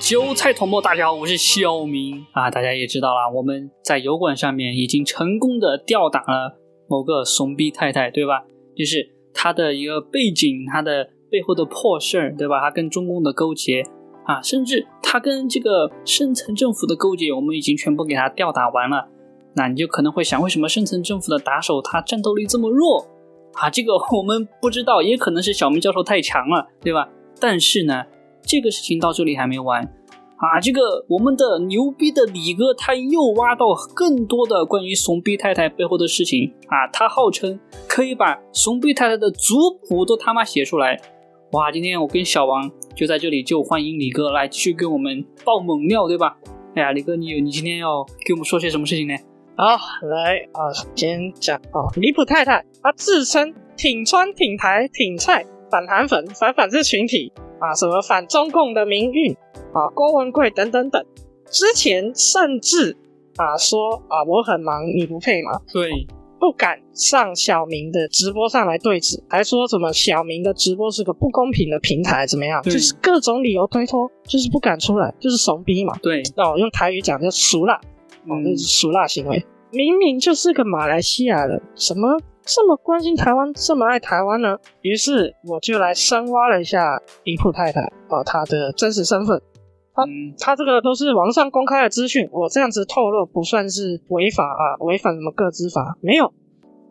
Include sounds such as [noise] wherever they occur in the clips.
韭菜同胞，大家好，我是小明啊。大家也知道啦，我们在油管上面已经成功的吊打了某个怂逼太太，对吧？就是她的一个背景，她的背后的破事儿，对吧？她跟中共的勾结啊，甚至她跟这个深层政府的勾结，我们已经全部给她吊打完了。那你就可能会想，为什么深层政府的打手他战斗力这么弱啊？这个我们不知道，也可能是小明教授太强了，对吧？但是呢，这个事情到这里还没完啊！这个我们的牛逼的李哥他又挖到更多的关于怂逼太太背后的事情啊！他号称可以把怂逼太太的族谱都他妈写出来。哇！今天我跟小王就在这里就欢迎李哥来继续跟我们爆猛料，对吧？哎呀，李哥，你有你今天要给我们说些什么事情呢？好，来啊，先讲啊，离谱太太，她自称挺川、挺台、挺菜、反韩粉、反反制群体啊，什么反中共的名誉啊，郭文贵等等等。之前甚至啊说啊我很忙，你不配吗？对，不敢上小明的直播上来对质，还说什么小明的直播是个不公平的平台，怎么样？对就是各种理由推脱，就是不敢出来，就是怂逼嘛。对，那我用台语讲叫俗辣。哦，这嗯是，俗辣行为。明明就是个马来西亚人，怎么这么关心台湾，这么爱台湾呢？于是我就来深挖了一下离谱太太啊、她的真实身份。嗯她这个都是网上公开的资讯，我这样子透露不算是违法啊，违反什么个资法没有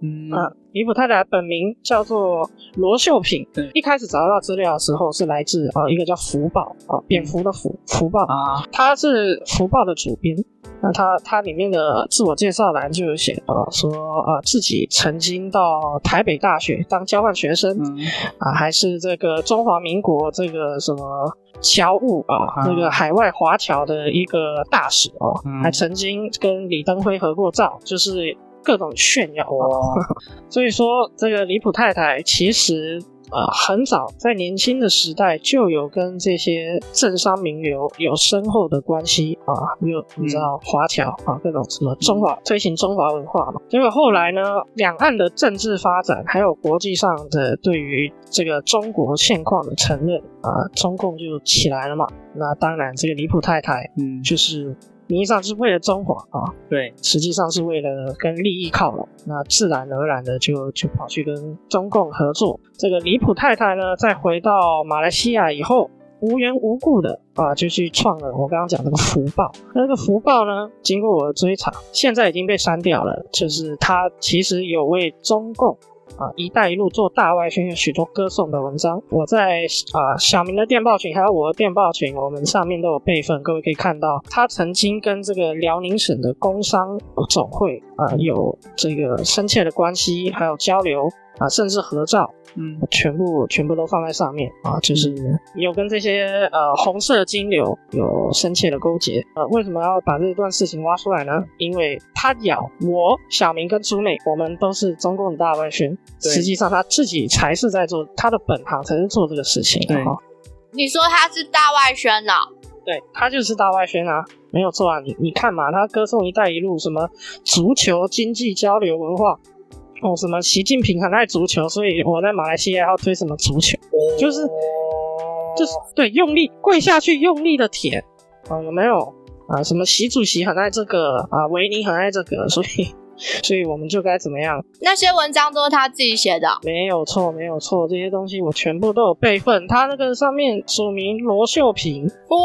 嗯啊。离谱太太本名叫做罗秀品对，一开始找到资料的时候是来自啊、一个叫福报啊、蝙蝠的福福报啊，他是福报的主编，那他他里面的自我介绍栏就有写呃说呃自己曾经到台北大学当交换学生嗯啊、还是这个中华民国这个什么侨务啊，啊这个海外华侨的一个大使哦，嗯还曾经跟李登辉合过照，就是各种炫耀哦。哦，所以说，这个离谱太太其实呃很早在年轻的时代就有跟这些政商名流有深厚的关系啊，有你知道华侨啊各种什么中华、推行中华文化嘛。结果后来呢，两岸的政治发展还有国际上的对于这个中国现况的承认啊，中共就起来了嘛。那当然，这个离谱太太 [laughs] 嗯，就是名义上是为了中华啊，对，实际上是为了跟利益靠拢，那自然而然的就就跑去跟中共合作。这个离谱太太呢，在回到马来西亚以后，无缘无故的啊，就去创了我刚刚讲那个福报。那个福报呢，经过我的追查，现在已经被删掉了。就是他其实有为中共。啊，一带一路做大外宣有许多歌颂的文章，我在啊小明的电报群还有我的电报群，我们上面都有备份，各位可以看到，他曾经跟这个辽宁省的工商总会啊有这个深切的关系，还有交流啊，甚至合照，嗯全部全部都放在上面啊，就是有跟这些呃红色金流有深切的勾结。呃，为什么要把这段事情挖出来呢？因为他咬我、小明跟朱妹，我们都是中共的大外宣，对实际上他自己才是在做他的本行，才是做这个事情啊对的哈。你说他是大外哦宣呢、对他就是大外宣啊，没有错啊。你你看嘛，他歌颂“一带一路”，什么足球、经济交流、文化，哦，什么习近平很爱足球，所以我在马来西亚要推什么足球，就是就是对用力跪下去用力的舔，哦，有没有啊？什么习主席很爱这个啊，维尼很爱这个，所以 [laughs] 所以我们就该怎么样？那些文章都是他自己写的。哦没有错，没有错，这些东西我全部都有备份。他那个上面署名罗秀平，哇，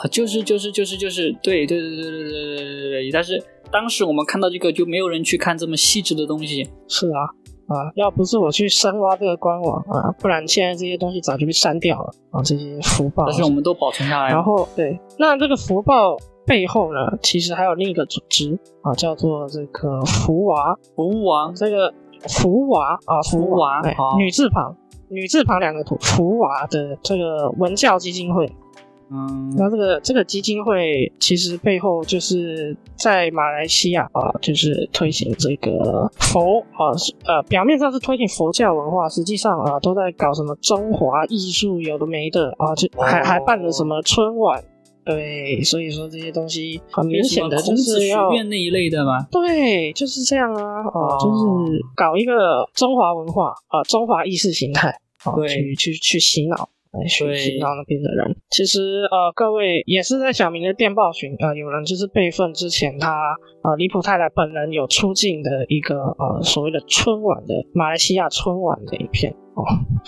啊，就是就是就是就是，对对对对对对对对对对，但是当时我们看到这个就没有人去看这么细致的东西，是啊，啊，要不是我去深挖这个官网啊，不然现在这些东西早就被删掉了啊，这些福报但。是我们都保存下来然了。后对，那这个福报背后呢，其实还有另一个组织啊，叫做这个福娃，服务啊王，这个福娃啊，福福娃哦哎好女字旁，女字旁两个图，福娃的这个文教基金会。嗯，那这个这个基金会其实背后就是在马来西亚啊，就是推行这个佛啊，是呃，表面上是推行佛教文化，实际上啊都在搞什么中华艺术，有的没的啊，就还、哦还办了什么春晚，对，所以说这些东西很明显的什么孔就子是学要。院那一类的嘛，对，就是这样啊，哦、哦就是搞一个中华文化啊、中华意识形态啊、对去去去洗脑。来学习对到那边的人。其实呃，各位也是在小明的电报群呃，有人就是备份之前他呃离谱太太本人有出镜的一个呃所谓的春晚的马来西亚春晚的一片哦，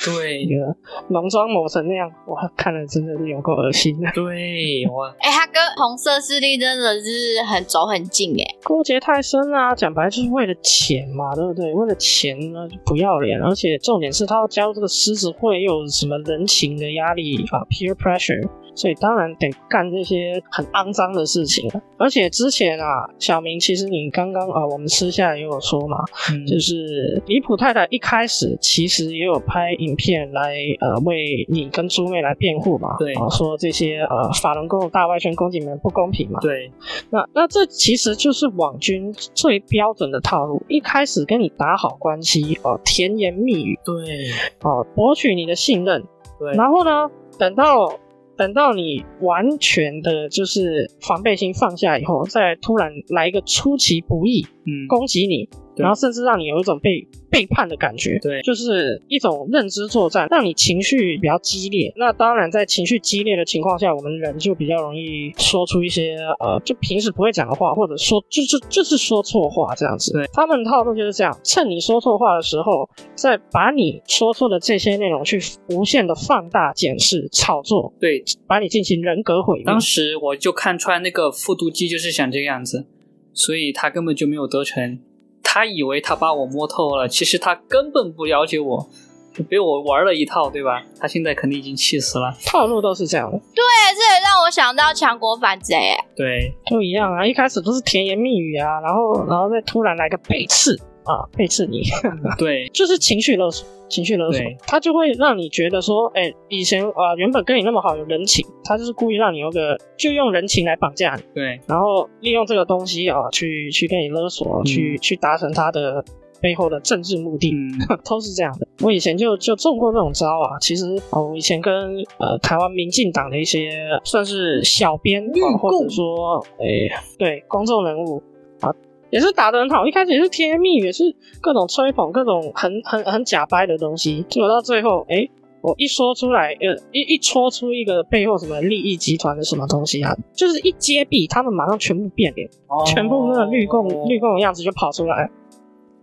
对一 [laughs] 个浓妆抹成那样，哇，看了真的是有够恶心的。对，我哎、他跟红色势力真的是很走很近哎、勾结太深啦、啊，讲白就是为了钱嘛，对不对？为了钱呢就不要脸，而且重点是他要加入这个狮子会，又有什么人情的压力啊，peer pressure。所以当然得干这些很肮脏的事情，而且之前啊，小明，其实你刚刚啊，我们私下也有说嘛，嗯就是离谱太太一开始其实也有拍影片来呃为你跟猪妹来辩护嘛，对啊，说这些呃法轮功的大外宣攻击你们不公平嘛，对那那这其实就是网军最标准的套路，一开始跟你打好关系哦，甜言蜜语对哦，博取你的信任，对，然后呢，等到等到你完全的就是防备心放下以后，再突然来一个出其不意嗯攻击你，对然后甚至让你有一种被背叛的感觉，对就是一种认知作战，让你情绪比较激烈。那当然，在情绪激烈的情况下，我们人就比较容易说出一些呃，就平时不会讲的话，或者说就就就是说错话这样子。对，他们套路就是这样，趁你说错话的时候，再把你说错的这些内容去无限的放大、检视、炒作，对，把你进行人格毁灭。当时我就看穿那个复读机就是想这个样子，所以他根本就没有得逞。他以为他把我摸透了，其实他根本不了解我，就被我玩了一套，对吧？他现在肯定已经气死了。套路都是这样的，对，哎这也让我想到强国反贼哎、对都一样啊。一开始都是甜言蜜语啊，然后然后再突然来个背刺啊，背刺你。 [laughs] 对就是情绪勒索，情绪勒索对，他就会让你觉得说，哎、以前啊、呃原本跟你那么好有人情，他就是故意让你有个，就用人情来绑架你，对然后利用这个东西啊、去去跟你勒索，嗯去去达成他的背后的政治目的。嗯 [laughs] 都是这样的，我以前就就中过这种招啊。其实哦，我以前跟呃台湾民进党的一些算是小编，共啊或者说诶、对公众人物啊，也是打得很好。一开始也是甜言蜜语，也是各种吹捧，各种很很很假掰的东西。结果到最后，诶、我一说出来，呃，一一戳出一个背后什么利益集团的什么东西啊，就是一揭弊，他们马上全部变脸，哦全部那个绿共绿共的样子就跑出来，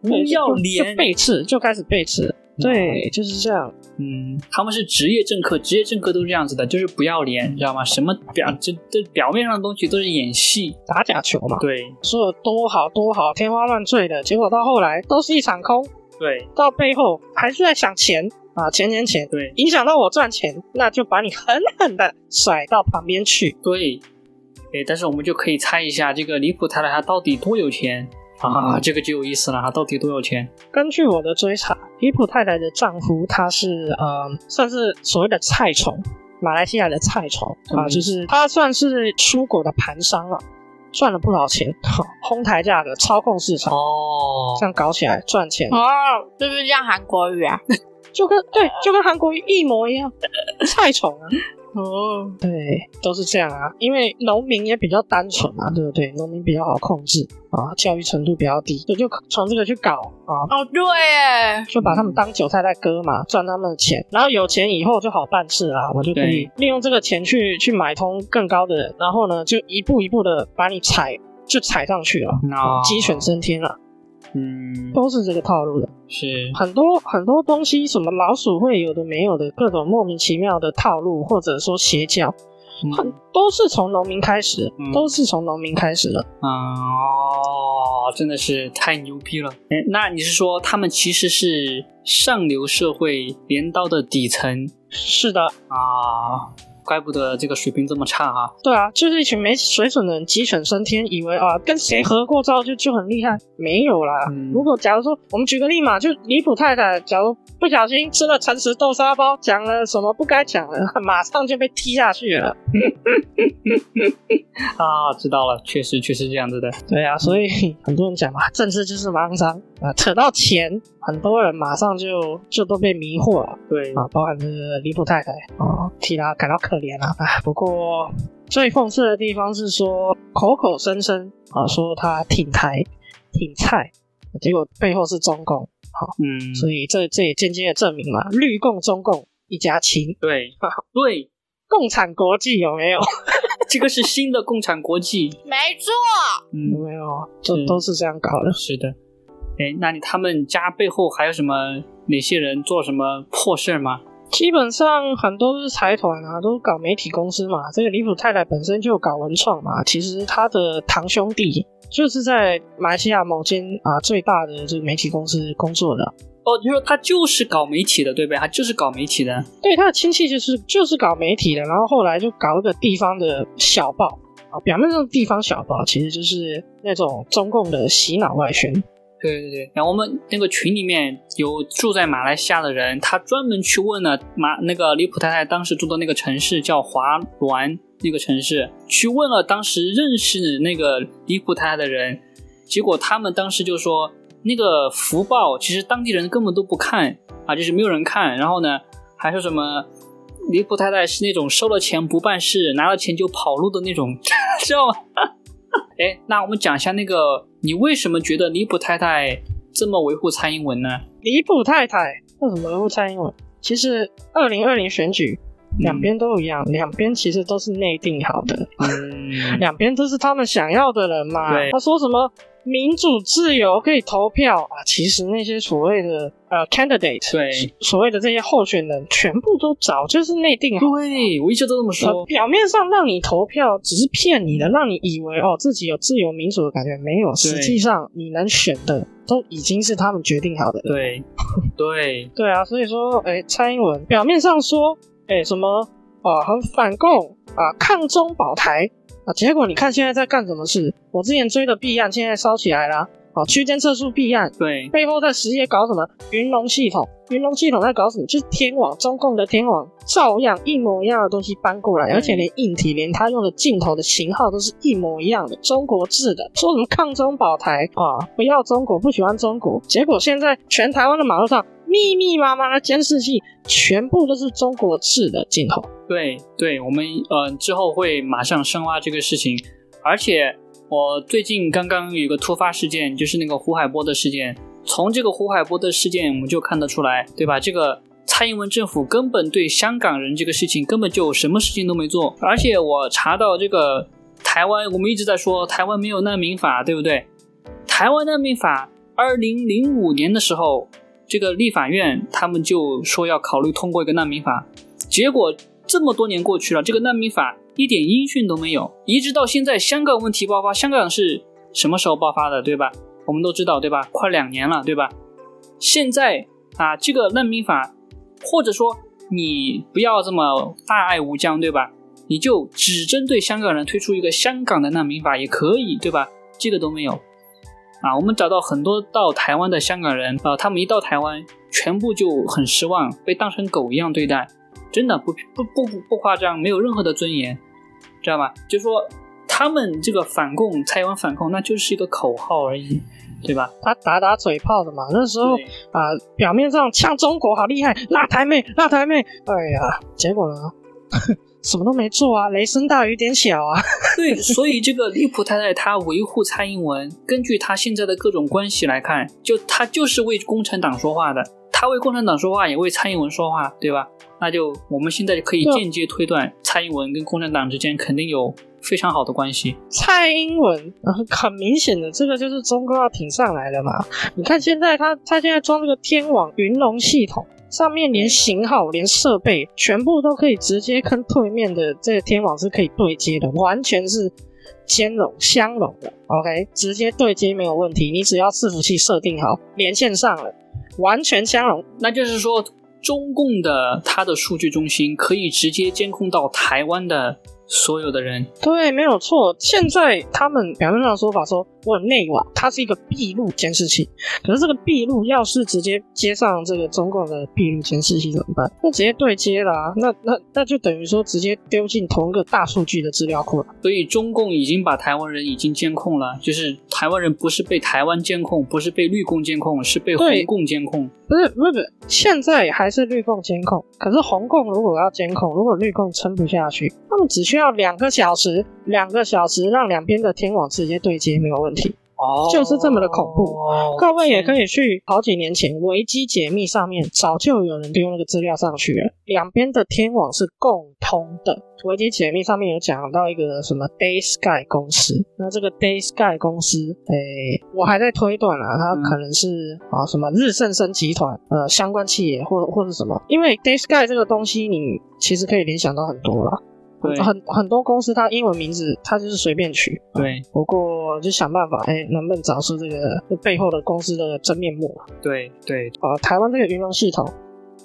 不要就脸，背刺，就开始背刺。对，就是这样。嗯，他们是职业政客，职业政客都是这样子的，就是不要脸，你知道吗？什么表这这表面上的东西都是演戏，打假球嘛，对说有多好多好，天花乱坠的，结果到后来都是一场空，对到背后还是在想钱啊，钱钱钱，对影响到我赚钱，那就把你狠狠的甩到旁边去。对，哎，但是我们就可以猜一下这个离谱太太她到底多有钱啊？这个就有意思了，她到底多有钱？根据我的追查，李普太太的丈夫他是呃，算是所谓的菜虫，马来西亚的菜虫什么啊，意思就是他算是蔬果的盘商啊，赚了不少钱，哄抬价格，操控市场，哦这样搞起来赚钱，哦，是不是像韩国语啊？就跟对，就跟韩国瑜一模一样，菜虫啊，哦，对，都是这样啊，因为农民也比较单纯啊，对不对？农民比较好控制啊，教育程度比较低，所以就从这个去搞啊，哦对耶，就把他们当韭菜在割嘛，赚他们的钱，然后有钱以后就好办事啦，我就可以利用这个钱去去买通更高的人，然后呢，就一步一步的把你踩就踩上去了，那鸡犬升天了，嗯都是这个套路的。是很多很多东西，什么老鼠会有的没有的各种莫名其妙的套路，或者说邪教，很嗯都是从农民开始嗯，都是从农民开始的。啊哦，真的是太牛逼了！哎，那你是说他们其实是上流社会镰刀的底层是的，啊？怪不得这个水平这么差啊！对啊，就是一群没水准的人鸡犬升天，以为啊跟谁合过招就就很厉害，没有啦。嗯如果假如说我们举个例嘛，就离谱太太，假如不小心吃了诚实豆沙包，讲了什么不该讲的，马上就被踢下去了。啊，知道了，确实确实这样子的。对啊，所以很多人讲嘛， [laughs] 政治就是肮脏啊，扯到钱，很多人马上就就都被迷惑了对啊，包含这个离谱太太啊，替她感到可怜啊。啊不过最讽刺的地方是说，口口声声啊说她挺台挺菜，结果背后是中共，嗯，所以这这也间接的证明嘛，绿共中共一家亲。对对，共产国际有没有？这个是新的共产国际，没错，有嗯，没有？这是都是这样搞的。是的。哎，那你他们家背后还有什么哪些人做什么破事儿吗？基本上很多都是财团啊，都是搞媒体公司嘛。这个李普太太本身就搞文创嘛，其实她的堂兄弟就是在马来西亚某间啊最大的这个媒体公司工作的。哦，你说他就是搞媒体的，对不对？他就是搞媒体的。对，他的亲戚就是就是搞媒体的，然后后来就搞一个地方的小报啊，表面上地方小报，其实就是那种中共的洗脑外宣。对对对，然后我们那个群里面有住在马来西亚的人，他专门去问了马那个李普太太当时住的那个城市叫华峦那个城市，去问了当时认识那个李普太太的人，结果他们当时就说那个福报其实当地人根本都不看啊，就是没有人看，然后呢还说什么。李普太太是那种收了钱不办事，拿了钱就跑路的那种， [laughs] 知道吗？哎，那我们讲一下那个，你为什么觉得李普太太这么维护蔡英文呢？李普太太为什么维护蔡英文？其实二零二零选举两边都一样，两边其实都是内定好的， [laughs] 嗯，两边都是他们想要的人嘛对。他说什么民主自由可以投票啊，其实那些所谓的呃 candidate，对所谓的这些候选人，全部都早就是内定好的。对，我一直都这么呃，说。表面上让你投票，只是骗你的，让你以为哦自己有自由民主的感觉，没有。实际上你能选的都已经是他们决定好的。对，对，对啊，所以说，哎、蔡英文表面上说，哎、什么啊，很反共啊，抗中保台啊，结果你看现在在干什么事？我之前追的弊案现在烧起来啦，啊，区间测速弊案，对，背后在实业搞什么云龙系统？云龙系统在搞什么？就是天网，中共的天网照样一模一样的东西搬过来，嗯而且连硬体，连它用的镜头的型号都是一模一样的，中国制的。说什么抗中保台啊，不要中国，不喜欢中国。结果现在全台湾的马路上密密麻麻的监视器，全部都是中国制的镜头。对，对，我们呃之后会马上深挖这个事情，而且我最近刚刚有个突发事件，就是那个胡海波的事件。从这个胡海波的事件，我们就看得出来，对吧？这个蔡英文政府根本对香港人这个事情根本就什么事情都没做，而且我查到这个台湾，我们一直在说台湾没有难民法，对不对？台湾难民法，二零零五年的时候，这个立法院他们就说要考虑通过一个难民法，结果这么多年过去了，这个难民法一点音讯都没有，一直到现在香港问题爆发，香港是什么时候爆发的，对吧？我们都知道，对吧？快两年了，对吧？现在啊，这个难民法，或者说你不要这么大爱无疆，对吧？你就只针对香港人推出一个香港的难民法也可以，对吧？这个都没有啊。我们找到很多到台湾的香港人，啊，他们一到台湾，全部就很失望，被当成狗一样对待，真的不不不不不夸张，没有任何的尊严，知道吧？就说他们这个反共，台湾反共，那就是一个口号而已，对吧？他打打嘴炮的嘛，那时候对啊、表面上呛中国好厉害，辣台妹，辣台妹，哎呀，结果呢， [laughs] 什么都没做啊，雷声大雨点小啊，对，所以这个利普太太她维护蔡英文，根据她现在的各种关系来看，就她就是为共产党说话的，她为共产党说话，也为蔡英文说话，对吧？那就我们现在就可以对间接推断，蔡英文跟共产党之间肯定有非常好的关系。蔡英文，呃很明显的，这个就是中共要挺上来了嘛。你看现在他他现在装这个天网云龙系统，上面连型号、连设备全部都可以直接跟对面的这个天网是可以对接的，完全是兼容相容的。OK，直接对接没有问题，你只要伺服器设定好，连线上了，完全相容。那就是说，中共的它的数据中心可以直接监控到台湾的所有的人。对，没有错。现在他们表面上的说法说我有内网，它是一个闭路监视器。可是这个闭路要是直接接上这个中共的闭路监视器怎么办？那直接对接啦、那那那就等于说直接丢进同一个大数据的资料库了。所以中共已经把台湾人已经监控了，就是台湾人不是被台湾监控，不是被绿共监控，是被对红共监控。不是不是，不是，现在还是绿共监控，可是红共如果要监控，如果绿共撑不下去，他们只需要两个小时，两个小时让两边的天网直接对接没有问题。哦，就是这么的恐怖 [laughs] 哦各位也可以以去好几年前维基解密上面，早就有人丢那个资料上去了。两边的天网是共通的。维基解密上面有讲到一个什么 Day Sky 公司，那这个 Day Sky 公司，诶、我还在推断啦，它嗯可能是、啊什么日盛生集团呃相关企业或或是什么，因为 Day Sky 这个东西你其实可以联想到很多啦，对很很多公司它英文名字它就是随便取，对不过就想办法，哎、能不能找出这个背后的公司的真面目啊？对对呃台湾这个云龙系统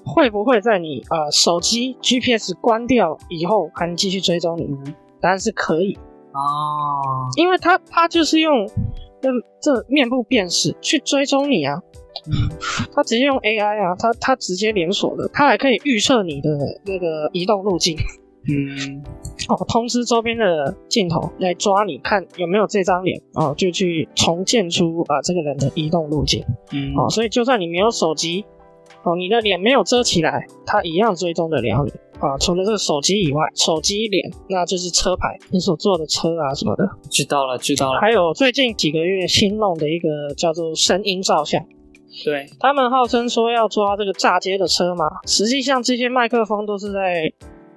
会不会在你呃手机 GPS 关掉以后还能继续追踪你？嗯答案是可以，啊，因为它它就是用这这面部辨识去追踪你啊，它直接用 AI 啊，它它直接连锁的，它还可以预测你的那个移动路径，嗯，哦，通知周边的镜头来抓你，看有没有这张脸哦，就去重建出啊、这个人的移动路径嗯哦，所以就算你没有手机哦，你的脸没有遮起来，它一样追踪得了你啊、除了这个手机以外，手机脸那就是车牌，你所坐的车啊什么的，知道了知道了，还有最近几个月新弄的一个叫做声音照相。对，他们号称说要抓这个炸街的车嘛，实际上这些麦克风都是在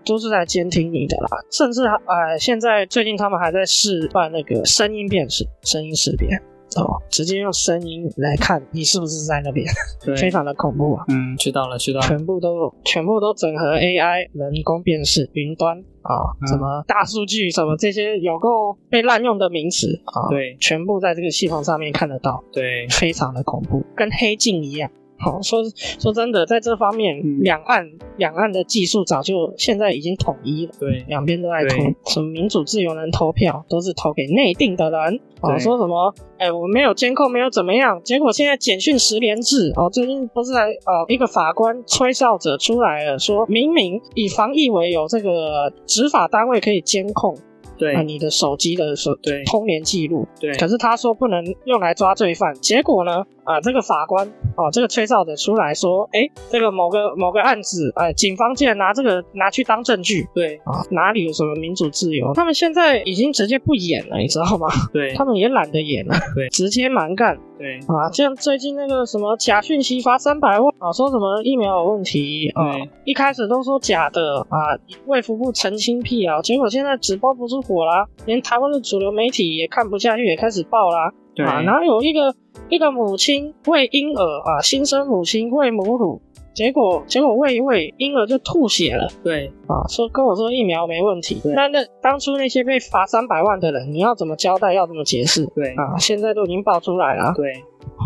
都是在监听你的啦，甚至还呃，现在最近他们还在试办那个声音辨识、声音识别哦，直接用声音来看你是不是在那边，对非常的恐怖啊！嗯，知道了知道了，全部都全部都整合 AI 人工辨识、云端啊、嗯什么大数据什么这些有够被滥用的名词啊，对全部在这个系统上面看得到。对非常的恐怖，跟黑镜一样。好、说说真的，在这方面，嗯两岸两岸的技术早就现在已经统一了，对两边都在对投什么民主自由人投票，都是投给内定的人。哦，对说什么？哎，我没有监控，没有怎么样，结果现在简讯十连制。哦，最近不是来呃一个法官吹哨者出来了，说明明以防疫为由，这个执法单位可以监控对啊，你的手机的手对通联记录，对可是他说不能用来抓罪犯，结果呢，啊、这个法官哦、这个吹哨者出来说，哎，这个某个某个案子，哎、警方竟然拿这个拿去当证据对啊、哪里有什么民主自由？他们现在已经直接不演了，你知道吗？对他们也懒得演了，对直接蛮干对啊！像最近那个什么假讯息罚三百万啊，说什么疫苗有问题啊，对一开始都说假的啊，卫福部澄清辟谣，结果现在纸包不住火啦，连台湾的主流媒体也看不下去，也开始爆啦。对，啊，然后有一个一个母亲喂婴儿啊，新生母亲喂母乳，结果结果喂一喂，婴儿就吐血了对啊，说跟我说疫苗没问题。对那那当初那些被罚三百万的人，你要怎么交代，要怎么解释对啊？现在都已经爆出来了。对，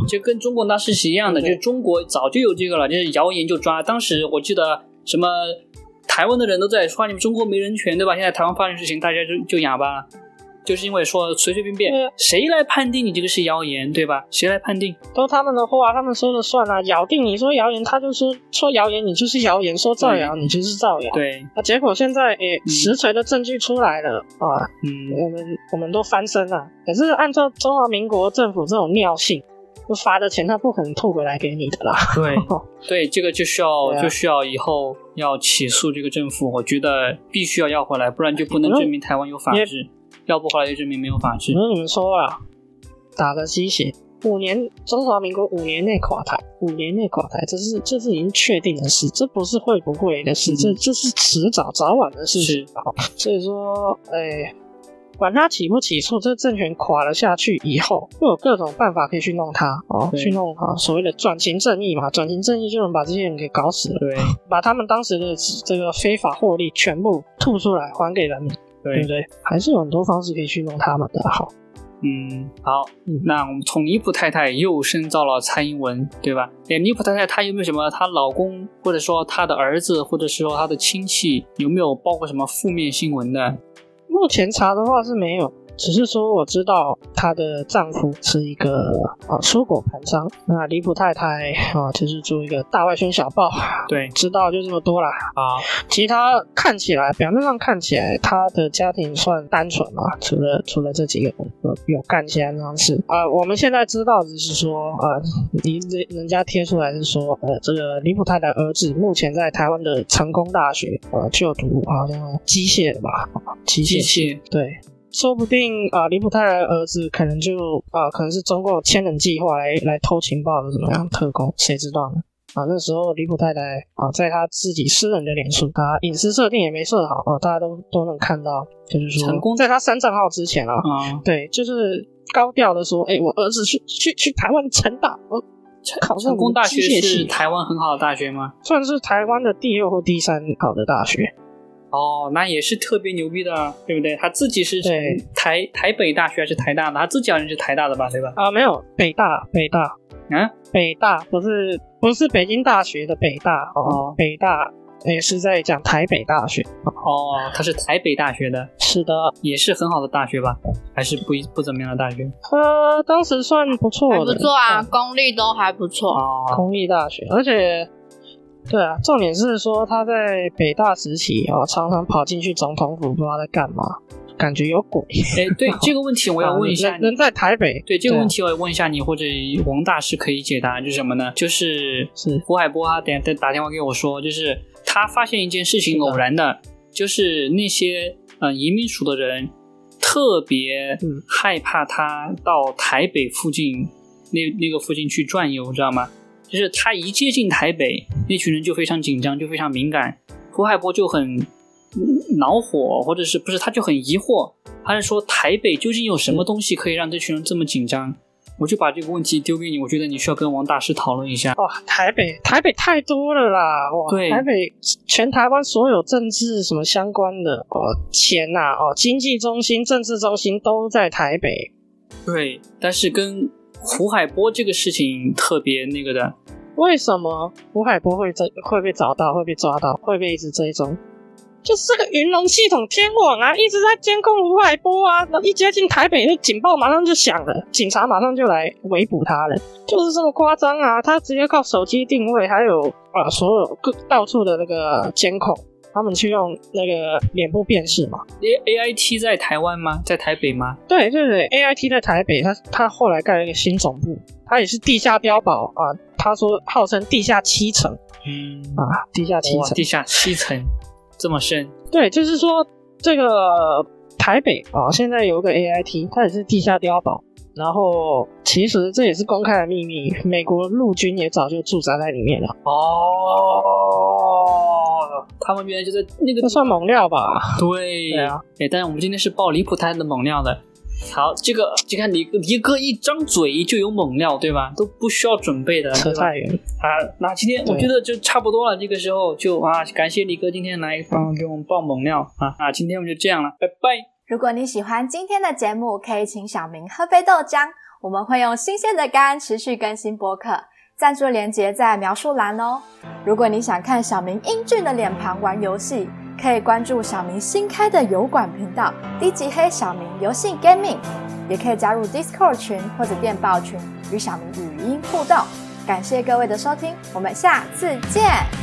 就跟中国那事是一样的，就对中国早就有这个了，就是谣言就抓。当时我记得什么台湾的人都在说你们中国没人权，对吧？现在台湾发生事情，大家就就哑巴了，就是因为说随随便便对，谁来判定你这个是谣言，对吧？谁来判定？都他们的话，他们说了算啊，咬定你说谣言，他就说说谣言，你就是谣言；说造谣，你就是造谣。对，啊，结果现在诶嗯，实锤的证据出来了啊，嗯，我们我们都翻身了。可是按照中华民国政府这种尿性，就罚的钱他不可能吐回来给你的啦。 [laughs] 对对，这个就需要对啊就需要以后要起诉这个政府，我觉得必须要要回来，不然就不能嗯证明台湾有法也嗯治，要不后来就证明没有法治只。是你们说啦，打个鸡血，五年中华民国五年内垮台，五年内垮台，这是这是已经确定的事，这不是会不会的事，嗯这这是迟早早晚的事情。好所以说，哎、管他起不起诉，这政权垮了下去以后，会有各种办法可以去弄他哦，对去弄啊所谓的转型正义嘛，转型正义就能把这些人给搞死了，对把他们当时的这个非法获利全部吐出来还给人民，对不对，对？还是有很多方式可以去弄他们的。好，嗯，好，嗯那我们从尼普太太又深造了蔡英文，对吧？哎，尼普太太她有没有什么她老公，或者说她的儿子，或者是说她的亲戚，有没有包括什么负面新闻的？目前查的话是没有，只是说我知道她的丈夫是一个啊蔬果盘商，那离谱太太啊就是做一个大外宣小报，对知道就这么多啦。啊，其他看起来表面上看起来她的家庭算单纯啊，除了除了这几个有有干些那样事啊、我们现在知道只是说啊，离、人人家贴出来是说呃这个离谱太太儿子目前在台湾呃的成功大学呃就读好像机械吧，机机械系。器对，说不定啊、李普泰的儿子可能就啊、可能是中共千人计划来来偷情报的怎么样特工，谁知道呢？啊，那时候李普太太啊，在她自己私人的脸书，啊，隐私设定也没设好啊，大家都都能看到，就是说，成功在她删账号之前啊，啊，对，就是高调的说，哎、我儿子去去去台湾成大，我考成上成功大机学械系是台湾很好的大学吗？算是台湾的第二或第三好的大学，哦，那也是特别牛逼的啊，对不对？他自己是对台台北大学还是台大的？他自己好像是台大的吧，对吧？啊，没有北大，北大，嗯，北大不是不是北京大学的北大哦，哦北大也是在讲台北大学。哦哦，他是台北大学的，是的，也是很好的大学吧？还是不一不怎么样的大学？呃，当时算不错还的，不错啊，嗯，功力都还不错。哦，公立大学，而且。对啊，重点是说他在北大时期哦，常常跑进去总统府，不知道在干嘛，感觉有鬼。哎， [laughs] 对这个问题我要问一啊下人人你。在台北，对这个对啊问题，我也问一下你，或者王大师可以解答，就是什么呢？就是呃是胡海波他等等打电话给我说，就是他发现一件事是情的偶然的，就是那些嗯移民署的人特别嗯害怕他到台北附近那那个附近去转悠，知道吗？就是他一接近台北，那群人就非常紧张，就非常敏感。胡海波就很嗯恼火，或者是不是他就很疑惑，他是说台北究竟有什么东西可以让这群人这么紧张？我就把这个问题丢给你，我觉得你需要跟王大师讨论一下。哇，台北台北太多了啦！哇，对台北全台湾所有政治什么相关的哦，钱呐、哦，经济中心、政治中心都在台北。对，但是跟胡海波这个事情特别那个的，为什么胡海波会这会被找到、会被抓到、会被一直追踪？就是这个云龙系统天网啊，一直在监控胡海波啊，那一接近台北，那警报马上就响了，警察马上就来围捕他了，就是这么夸张啊！他直接靠手机定位，还有啊、呃所有各到处的那个监控，他们去用那个脸部辨识嘛。 A A I T 在台湾吗？在台北吗？对对对，AIT 在台北，他他后来盖了一个新总部，他也是地下碉堡啊，他说号称地下七层嗯，啊，地下七哇，层。地下七层这么深，对，就是说这个台北啊、现在有一个 AIT，它也是地下碉堡。然后其实这也是公开的秘密，美国陆军也早就驻扎在里面了，哦，他们原来就在那个这算猛料吧？对对啊，哎，但是我们今天是爆离谱太的猛料的。好，这个你看你一个一张嘴就有猛料，对吧？都不需要准备的，扯对吧？太远。啊，那今天对我觉得就差不多了，这个时候就啊，感谢李哥今天来帮给我们爆猛料啊啊，今天我们就这样了，拜拜。如果你喜欢今天的节目，可以请小明喝杯豆浆。我们会用新鲜的肝持续更新播客，赞助连结在描述栏哦。如果你想看小明英俊的脸庞玩游戏，可以关注小明新开的油管频道“低级黑小明游戏 Gaming”，也可以加入 Discord 群或者电报群与小明语音互动。感谢各位的收听，我们下次见。